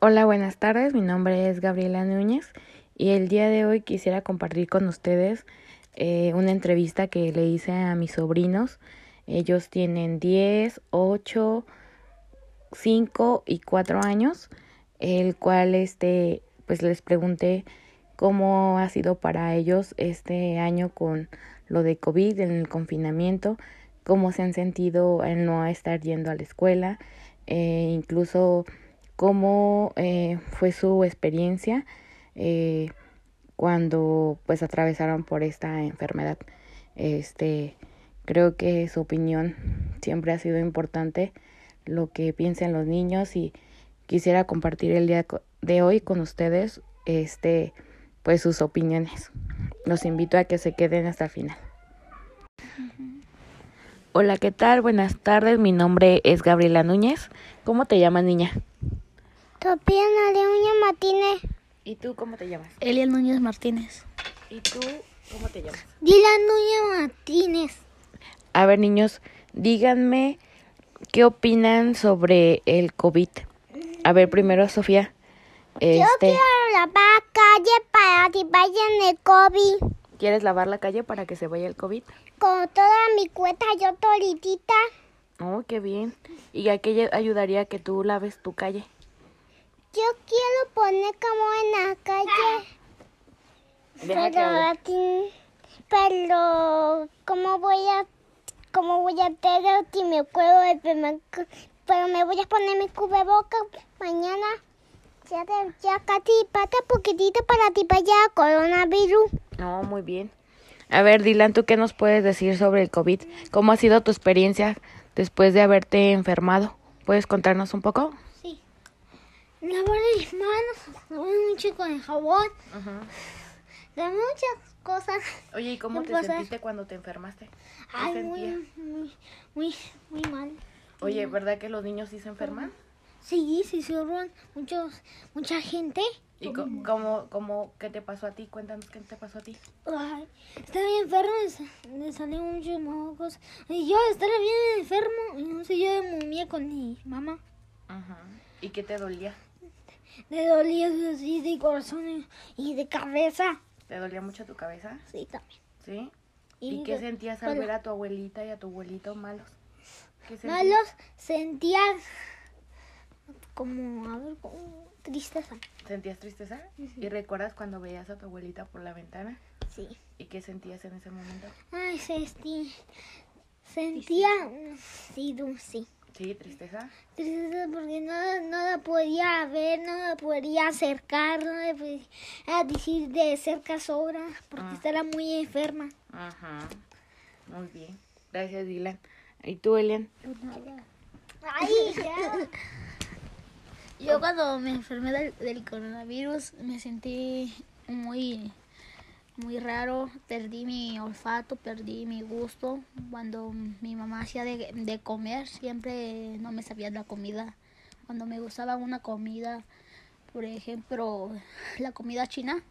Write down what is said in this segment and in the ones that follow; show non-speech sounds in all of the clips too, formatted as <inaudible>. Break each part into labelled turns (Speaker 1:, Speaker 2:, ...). Speaker 1: Hola, buenas tardes. Mi nombre es Gabriela Núñez y el día de hoy quisiera compartir con ustedes eh, una entrevista que le hice a mis sobrinos. Ellos tienen 10, 8, 5 y 4 años, el cual este pues les pregunté cómo ha sido para ellos este año con lo de COVID, en el confinamiento, cómo se han sentido en no estar yendo a la escuela, eh, incluso cómo eh, fue su experiencia eh, cuando pues atravesaron por esta enfermedad. Este creo que su opinión siempre ha sido importante lo que piensan los niños y quisiera compartir el día de hoy con ustedes este pues sus opiniones. Los invito a que se queden hasta el final. Hola, ¿qué tal? Buenas tardes. Mi nombre es Gabriela Núñez. ¿Cómo te llamas, niña?
Speaker 2: Sofía Núñez Martínez.
Speaker 1: ¿Y tú cómo te llamas?
Speaker 3: Elia Núñez Martínez.
Speaker 1: ¿Y tú cómo te llamas?
Speaker 2: Dylan Núñez Martínez.
Speaker 1: A ver, niños, díganme qué opinan sobre el COVID. A ver, primero, Sofía.
Speaker 2: Yo
Speaker 1: Este,
Speaker 2: quiero lavar calle para que vayan el COVID.
Speaker 1: ¿Quieres lavar la calle para que se vaya el COVID?
Speaker 2: Con toda mi cuenta yo tolitita.
Speaker 1: Oh, qué bien. ¿Y a qué lle- ayudaría que tú laves tu calle?
Speaker 2: Yo quiero poner como en la calle.
Speaker 1: Deja que
Speaker 2: pero
Speaker 1: hable.
Speaker 2: aquí- pero cómo voy a cómo voy a tener si me acuerdo del primer cu- pero me voy a poner mi cubreboca mañana. Ya te- ya casi pata poquitito para ti para allá coronavirus.
Speaker 1: No, muy bien. A ver, Dylan, ¿tú qué nos puedes decir sobre el COVID? ¿Cómo ha sido tu experiencia después de haberte enfermado? ¿Puedes contarnos un poco?
Speaker 3: Sí. Lavar las manos, lavar mucho con el jabón, de muchas cosas.
Speaker 1: Oye, ¿y cómo
Speaker 3: te Pues, sentiste
Speaker 1: cuando te enfermaste?
Speaker 3: Ay, muy, muy, muy, muy mal.
Speaker 1: Oye, ¿verdad que los niños sí se enferman?
Speaker 3: Sí, se hicieron muchos, mucha gente.
Speaker 1: ¿Y cómo, cómo, qué te pasó a ti? Cuéntanos qué te pasó a ti.
Speaker 3: Ay, estaba bien enfermo, le sa- le salieron muchos mocos. Y yo estaba bien enfermo, y no sé, yo me mumía con mi mamá.
Speaker 1: ¿Y qué te dolía?
Speaker 3: Me dolía así de corazón y- y de cabeza.
Speaker 1: ¿Te dolía mucho tu cabeza?
Speaker 3: Sí, también.
Speaker 1: ¿Sí?
Speaker 3: Y
Speaker 1: ¿Y qué
Speaker 3: de-
Speaker 1: sentías al
Speaker 3: pero-
Speaker 1: ver a tu abuelita y a tu abuelito malos? ¿Qué sentías?
Speaker 3: malos sentía como, a ver, como tristeza.
Speaker 1: ¿Sentías tristeza? ¿Y recuerdas cuando veías a tu abuelita por la ventana?
Speaker 3: Sí.
Speaker 1: ¿Y qué sentías en ese momento?
Speaker 3: Ay, sentí, sentía, sí, du- sí.
Speaker 1: Sí, tristeza.
Speaker 3: Tristeza porque no, no la podía ver, no la podía acercar, no le podía decir de cerca sobra, porque estaba muy enferma.
Speaker 1: Ajá. Muy bien. Gracias, Dylan. ¿Y tú, Elian?
Speaker 3: Ay, Yo cuando me enfermé del, del coronavirus me sentí muy, muy raro. Perdí mi olfato, perdí mi gusto. Cuando mi mamá hacía de, de comer, siempre no me sabía la comida. Cuando me gustaba una comida, por ejemplo, la comida china.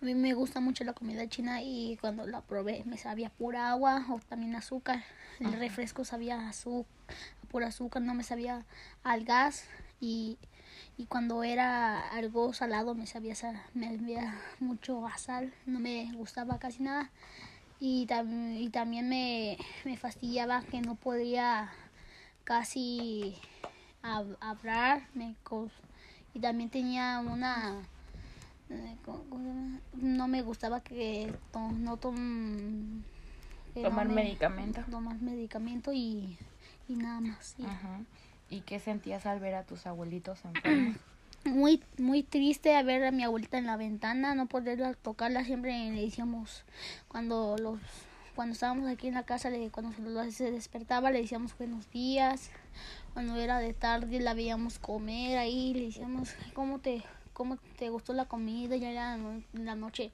Speaker 3: A mí me gusta mucho la comida china y cuando la probé me sabía pura agua o también azúcar. El refresco sabía azúcar, pura azúcar, no me sabía al gas y, y cuando era algo salado me sabía, sa- me sabía mucho a sal, no me gustaba casi nada. Y, tam- y también me, me fastidiaba que no podía casi hab- hablar. Me, cos- y también tenía una eh, ¿cómo- cómo se llama? no me gustaba que to- no tom- que no
Speaker 1: Tomar
Speaker 3: me-
Speaker 1: medicamento.
Speaker 3: tomar medicamento y, y nada más y
Speaker 1: Ajá. ¿Y qué sentías al ver a tus abuelitos enfermos?
Speaker 3: muy muy triste a ver a mi abuelita en la ventana no poderla tocarla siempre le decíamos cuando los cuando estábamos aquí en la casa le, cuando se, los- se despertaba le decíamos buenos días cuando era de tarde la veíamos comer ahí le decíamos cómo te cómo te gustó la comida ya era no- en la noche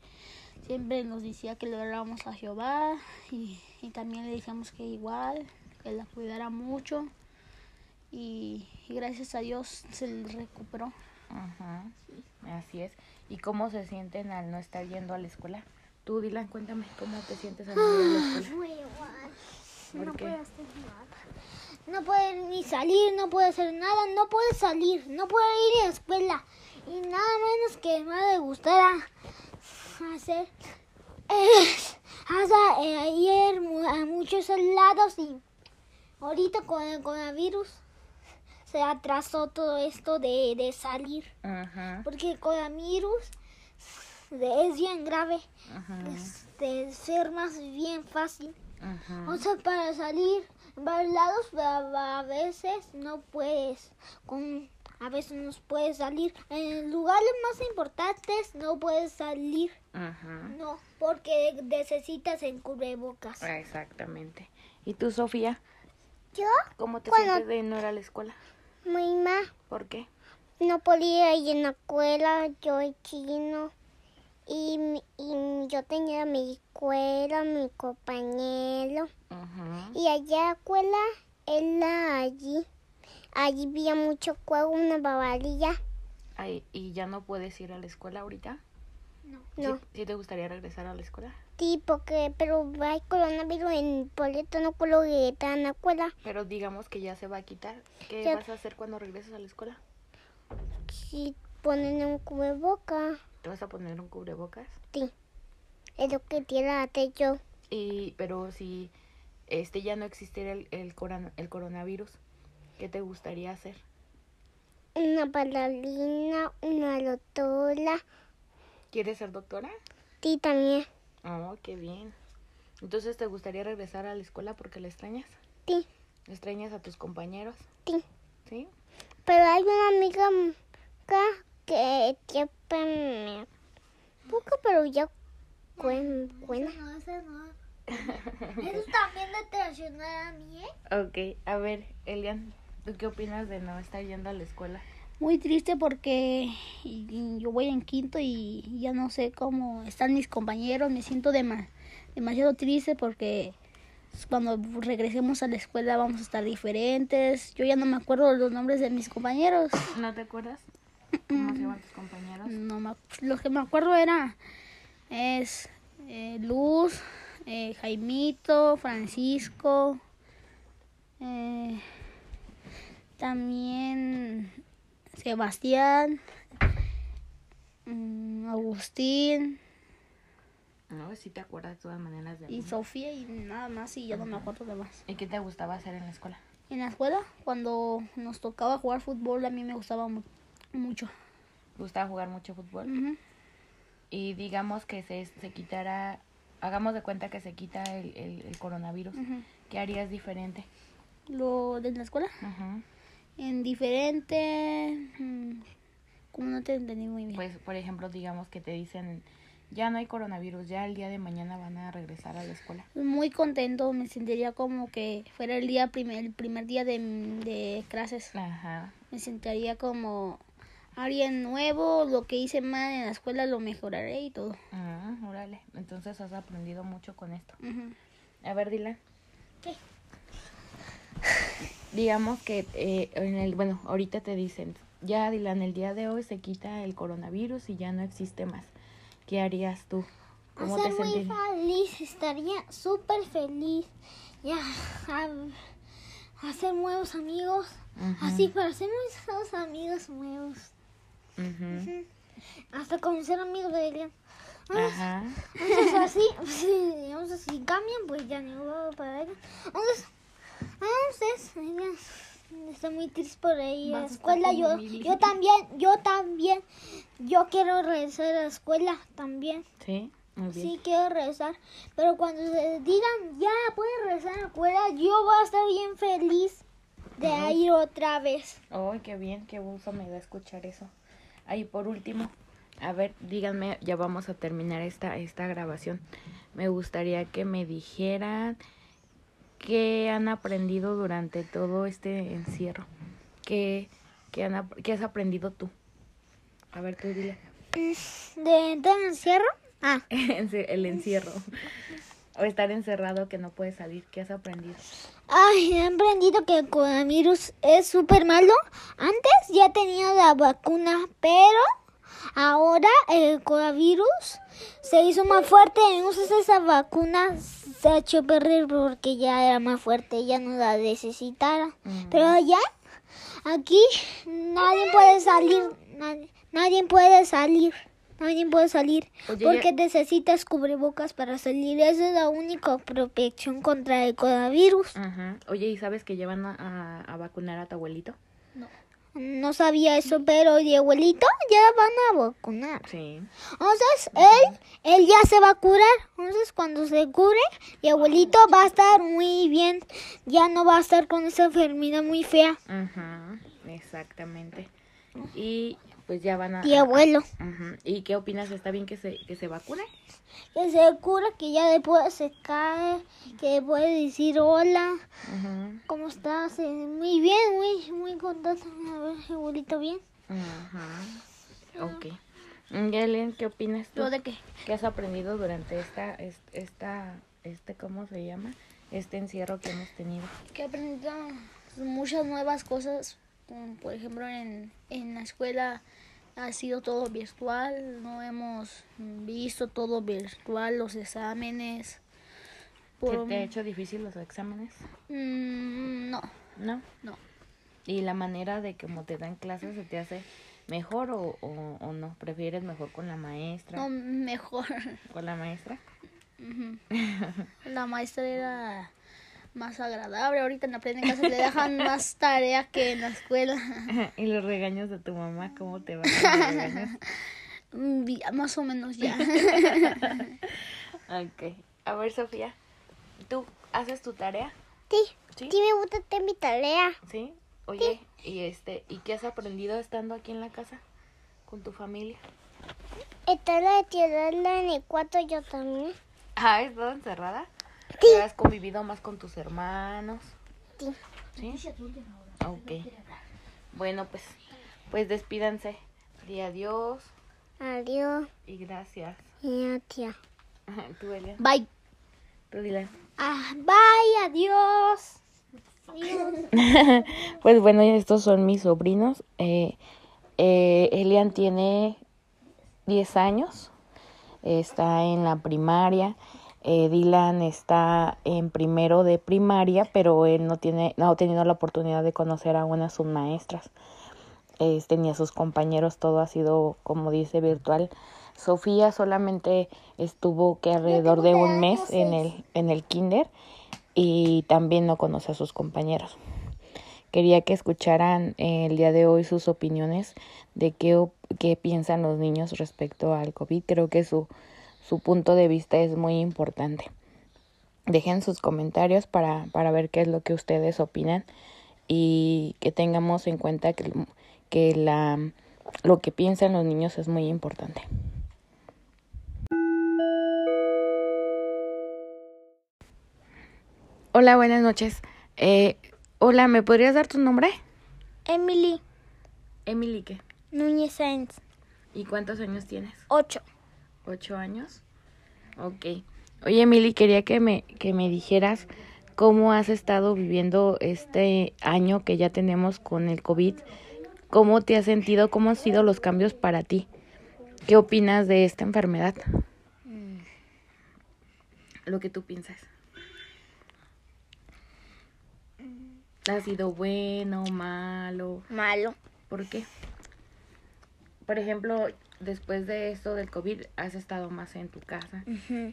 Speaker 3: siempre nos decía que le orábamos a Jehová y, y también le decíamos que igual que la cuidara mucho y, y gracias a Dios se recuperó
Speaker 1: Ajá. Así es. ¿Y cómo se sienten al no estar yendo a la escuela? Tú, Dylan, cuéntame cómo te sientes al no ir a la escuela. ¿Por qué?
Speaker 2: no puede ni salir, no puede hacer nada, no puede salir, no puede ir a la escuela. Y nada menos que más le gustara hacer es hasta eh, ayer mu- a muchos helados y ahorita con el coronavirus se atrasó todo esto de, de salir.
Speaker 1: Ajá.
Speaker 2: Porque el coronavirus es bien grave. es- Te enfermas bien fácil.
Speaker 1: Ajá.
Speaker 2: O sea, para salir a varios lados, pero a a veces no puedes. Con, a veces no puedes salir. En lugares más importantes no puedes salir.
Speaker 1: Ajá.
Speaker 2: No, porque necesitas en cubrebocas.
Speaker 1: Exactamente. ¿Y tú, Sofía?
Speaker 2: Yo,
Speaker 1: ¿Cómo te
Speaker 2: Bueno.
Speaker 1: sientes de no ir a la escuela?
Speaker 2: mi mamá,
Speaker 1: ¿Por qué?
Speaker 2: no podía ir en la escuela, yo era chino. Y, mi- y mi- yo tenía mi escuela, mi compañero.
Speaker 1: Ajá.
Speaker 2: Y allá la escuela era allí. Allí había mucho juego, una barbaridad.
Speaker 1: Ay, ¿Y ya no puedes ir a la escuela ahorita? ¿Sí-
Speaker 2: No,
Speaker 1: ¿Sí, te gustaría regresar a la escuela?
Speaker 2: sí, porque, pero hay coronavirus en Poleto, no puedo ir a la escuela.
Speaker 1: Pero digamos que ya se va a quitar. ¿Qué
Speaker 2: Ya-
Speaker 1: vas a hacer cuando regreses a la escuela?
Speaker 2: Si ponen un cubreboca,
Speaker 1: ¿Te vas a poner un cubrebocas?
Speaker 2: sí. Es lo que tiene yo.
Speaker 1: Y, pero si este ya no existiera el, el, coran- el coronavirus, ¿qué te gustaría hacer?
Speaker 2: Una bailarina, una lotola,
Speaker 1: ¿Quieres ser doctora?
Speaker 2: ti también,
Speaker 1: Oh, qué bien. Entonces, ¿te gustaría regresar a la escuela porque la extrañas?
Speaker 2: ti,
Speaker 1: ¿Extrañas a tus compañeros?
Speaker 2: ti.
Speaker 1: ¿Sí?
Speaker 2: Pero hay una amiga m- acá que siempre me poco, pero ya cuen, cuena. No, no. <laughs> Eso también de traicionar a mí, ¿eh?
Speaker 1: Ok, a ver, Elian, ¿tú qué opinas de no estar yendo a la escuela?
Speaker 3: Muy triste porque yo voy en quinto y ya no sé cómo están mis compañeros. Me siento dema- demasiado triste porque cuando regresemos a la escuela vamos a estar diferentes. Yo ya no me acuerdo los nombres de mis compañeros.
Speaker 1: ¿No te acuerdas cómo se llaman tus compañeros?
Speaker 3: No me ac- los que me acuerdo era es eh, Luz, eh, Jaimito, Francisco, eh, también Sebastián, mm, Agustín
Speaker 1: No, sí te acuerdas de todas maneras de
Speaker 3: y
Speaker 1: mí.
Speaker 3: Sofía y nada más y ya no me acuerdo de más.
Speaker 1: ¿Y qué te gustaba hacer en la escuela?
Speaker 3: En la escuela cuando nos tocaba jugar fútbol a mí me gustaba mu- mucho.
Speaker 1: ¿Te gustaba jugar mucho fútbol?
Speaker 3: Ujú.
Speaker 1: Y digamos que se, se quitara, hagamos de cuenta que se quita el, el- el coronavirus.
Speaker 3: Ujú.
Speaker 1: ¿Qué harías diferente?
Speaker 3: Lo de la escuela.
Speaker 1: Ujú.
Speaker 3: En diferente. mm, Como no te entendí muy bien.
Speaker 1: Pues, por ejemplo, digamos que te dicen, ya no hay coronavirus, ya el día de mañana van a regresar a la escuela.
Speaker 3: Muy contento, me sentiría como que fuera el día primer, el primer día de, de clases.
Speaker 1: Ajá.
Speaker 3: Me sentiría como alguien nuevo, lo que hice mal en la escuela lo mejoraré y todo.
Speaker 1: Ah, órale. Entonces has aprendido mucho con esto.
Speaker 3: Ujú.
Speaker 1: A ver, Dylan.
Speaker 2: ¿Qué?
Speaker 1: <laughs> Digamos que eh, en el, bueno, ahorita te dicen, ya Dylan, el día de hoy se quita el coronavirus y ya no existe más. ¿Qué harías tú? ¿Cómo te
Speaker 2: Hacer muy
Speaker 1: sentirías?
Speaker 2: feliz, estaría súper feliz. Ya, a- hacer nuevos amigos.
Speaker 1: Ujú.
Speaker 2: Así, para hacer nuevos amigos nuevos.
Speaker 1: Ujú.
Speaker 2: Hasta conocer amigos de Elian.
Speaker 1: Ajá.
Speaker 2: Entonces así, <laughs> si, digamos, si cambian, pues ya no va para allá. Entonces, entonces, mira, estoy muy triste por ir a la
Speaker 1: Vas a estar
Speaker 2: escuela. Yo,
Speaker 1: como Lili.
Speaker 2: yo también, yo también, yo quiero regresar a la escuela también.
Speaker 1: Sí, muy bien.
Speaker 2: Sí, quiero regresar. Pero cuando se digan, ya puedes regresar a la escuela, yo voy a estar bien feliz de ir otra vez.
Speaker 1: Ay, qué bien, qué gusto me da escuchar eso. Ahí por último, a ver, díganme, ya vamos a terminar esta, esta grabación. Me gustaría que me dijeran qué han aprendido durante todo este encierro. ¿Qué, qué, han, ap- qué has aprendido tú? A ver, tú dile. <laughs> Mm.
Speaker 2: ¿De entrar en encierro? Ah.
Speaker 1: Ence- El encierro. O estar encerrado que no puedes salir. ¿Qué has aprendido?
Speaker 2: Ay, he aprendido que el coronavirus es súper malo. Antes ya tenía la vacuna, pero ahora el coronavirus se hizo más fuerte. Entonces esa vacuna se echó a perder porque ya era más fuerte, ya no la necesitara.
Speaker 1: Mm.
Speaker 2: Pero allá, aquí, nadie puede salir. Nadie, nadie puede salir. Nadie puede salir
Speaker 1: Oye,
Speaker 2: porque
Speaker 1: ya-
Speaker 2: necesitas cubrebocas para salir. Esa es la única protección contra el coronavirus.
Speaker 1: Ajá. Oye, ¿y sabes que llevan a, a- a vacunar a tu abuelito?
Speaker 2: No sabía eso, pero de abuelito ya van a vacunar.
Speaker 1: Sí.
Speaker 2: Entonces, él, él ya se va a curar. Entonces, cuando se cure, mi abuelito va a estar muy bien. Ya no va a estar con esa enfermedad muy fea.
Speaker 1: Ajá, exactamente. Y pues ya van a...
Speaker 2: Y abuelo,
Speaker 1: Ujú. ¿Y qué opinas? ¿Está bien que se, que se vacune?
Speaker 2: que se cura, que ya después se cae, que puede decir hola,
Speaker 1: Ajá.
Speaker 2: ¿cómo estás? Eh, Muy bien, muy, muy contento. A ver, abuelito, bien.
Speaker 1: Ajá. Ok. Yelen, ¿qué opinas tú?
Speaker 3: ¿Yo de qué?
Speaker 1: ¿Qué has aprendido durante esta, es- esta, este, ¿cómo se llama? Este encierro que hemos tenido.
Speaker 3: que he aprendido muchas nuevas cosas. como por ejemplo, en, en la escuela ha sido todo virtual, no hemos visto todo virtual, los exámenes.
Speaker 1: ¿Se
Speaker 3: por-
Speaker 1: te ha hecho difícil los exámenes?
Speaker 3: Mm, no,
Speaker 1: ¿No?
Speaker 3: no.
Speaker 1: ¿Y la manera de cómo te dan clases se te hace mejor o, o, o no? ¿Prefieres mejor con la maestra?
Speaker 3: No, mejor. <laughs>
Speaker 1: ¿Con la maestra?
Speaker 3: Ujú. La maestra era más agradable. Ahorita en Aprende en Casa le dejan más tarea que en la escuela.
Speaker 1: ¿Y los regaños de tu mamá? ¿Cómo te van los regaños?
Speaker 3: Mm, ya, Más o menos ya.
Speaker 1: <laughs>
Speaker 3: <laughs>
Speaker 1: Ok. A ver, Sofía, ¿tú haces tu tarea?
Speaker 2: Sí,
Speaker 1: ¿Sí?
Speaker 2: sí me gusta hacer mi tarea.
Speaker 1: ¿Sí? Oye, ¿y este y qué has aprendido estando aquí en la casa con tu familia?
Speaker 2: Está la de tirarla en el cuarto yo también.
Speaker 1: Ah, ¿has estado encerrada?
Speaker 2: Sí.
Speaker 1: ¿Pero ¿Has convivido más con tus hermanos?
Speaker 2: Sí.
Speaker 1: ¿Sí? Ok. Bueno, pues, pues despídanse. Di adiós
Speaker 2: Adiós.
Speaker 1: y gracias. <laughs>
Speaker 2: Y tía.
Speaker 1: Tú, Elia.
Speaker 3: Bye.
Speaker 1: Tú, Dylan.
Speaker 2: Ah, bye, adiós.
Speaker 1: Pues bueno, estos son mis sobrinos. Eh, eh, Elian tiene 10 años, está en la primaria. Eh, Dylan está en primero de primaria, pero él no tiene, no ha tenido la oportunidad de conocer a una de sus maestras. Este, ni a sus compañeros, todo ha sido, como dice, virtual. Sofía solamente estuvo que alrededor de un mes en el, en el kinder y también no conoce a sus compañeros quería que escucharan eh, el día de hoy sus opiniones de qué, op- qué piensan los niños respecto al COVID. Creo que su, su punto de vista es muy importante. Dejen sus comentarios para, para ver qué es lo que ustedes opinan y que tengamos en cuenta que, que la, lo que piensan los niños es muy importante. Hola, buenas noches. Eh, hola, ¿me podrías dar tu nombre?
Speaker 2: Emily
Speaker 1: Emily, ¿qué?
Speaker 2: Núñez Sáenz,
Speaker 1: ¿Y cuántos años tienes?
Speaker 2: 8.
Speaker 1: ¿Ocho años? Ok. Oye, Emily, quería que me, que me dijeras cómo has estado viviendo este año que ya tenemos con el COVID. ¿Cómo te has sentido? ¿Cómo han sido los cambios para ti? ¿Qué opinas de esta enfermedad? Mm. Lo que tú piensas. ¿Ha sido bueno, malo?
Speaker 2: Malo.
Speaker 1: ¿Por qué? Por ejemplo, después de esto del COVID, has estado más en tu casa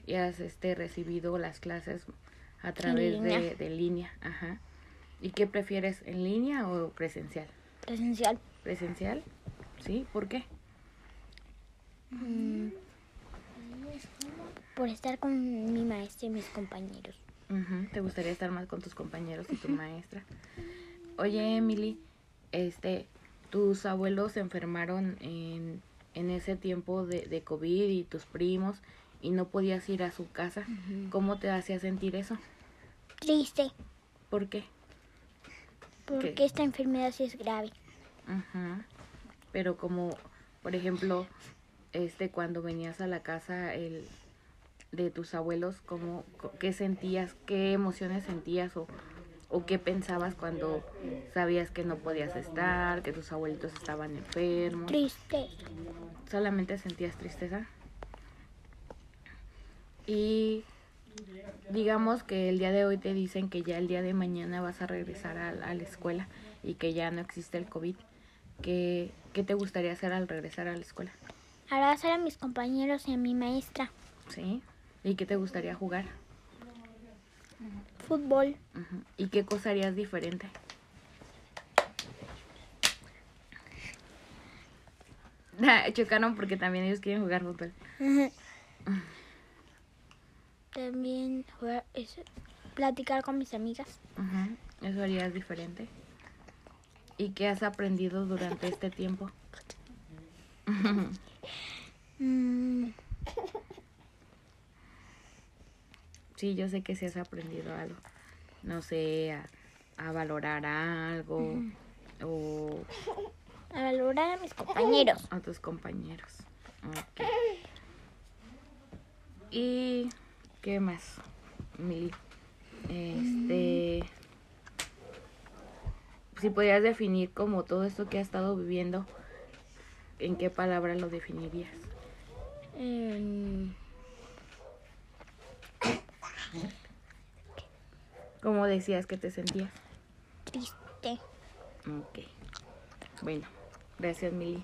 Speaker 1: y has este, recibido las clases a través de,
Speaker 2: línea.
Speaker 1: de línea. Ajá. ¿Y qué prefieres, en línea o presencial?
Speaker 2: Presencial.
Speaker 1: ¿Presencial? ¿Sí? ¿Por qué?
Speaker 2: Por estar con mi maestra y mis compañeros.
Speaker 1: Ujú, Te gustaría estar más con tus compañeros y tu maestra. Oye, Emily, este, tus abuelos se enfermaron en, en ese tiempo de, de COVID y tus primos y no podías ir a su casa. ¿Cómo te hacía sentir eso?
Speaker 2: Triste,
Speaker 1: ¿Por qué?
Speaker 2: porque
Speaker 1: ¿Qué?
Speaker 2: esta enfermedad sí es grave.
Speaker 1: Ujú. Pero como, por ejemplo, este, cuando venías a la casa el, de tus abuelos, ¿cómo, co- ¿qué sentías? ¿Qué emociones sentías? O, ¿O qué pensabas cuando sabías que no podías estar, que tus abuelitos estaban enfermos?
Speaker 2: Triste.
Speaker 1: ¿Solamente sentías tristeza? Y digamos que el día de hoy te dicen que ya el día de mañana vas a regresar a, a la escuela y que ya no existe el COVID. ¿Qué, ¿Qué te gustaría hacer al regresar a la escuela?
Speaker 2: Abrazar a mis compañeros y a mi maestra.
Speaker 1: ¿Sí? ¿Y qué te gustaría jugar?
Speaker 2: Fútbol.
Speaker 1: Ujú. ¿Y qué cosa harías diferente? <laughs> Chocaron porque también ellos quieren jugar fútbol.
Speaker 2: También jugar, es- platicar con mis amigas.
Speaker 1: Ujú, Eso harías diferente. ¿Y qué has aprendido durante este tiempo?
Speaker 2: Mm,
Speaker 1: Sí, yo sé que sí has aprendido algo. No sé, a, a valorar algo o
Speaker 2: a valorar a mis compañeros.
Speaker 1: a tus compañeros. Ok. ¿Y qué más, Mili? Este. Si podías definir como todo esto que has estado viviendo, ¿en qué palabra lo definirías?
Speaker 2: Mm,
Speaker 1: ¿Cómo decías que te sentías?
Speaker 2: triste.
Speaker 1: Ok. Bueno, gracias, Mili.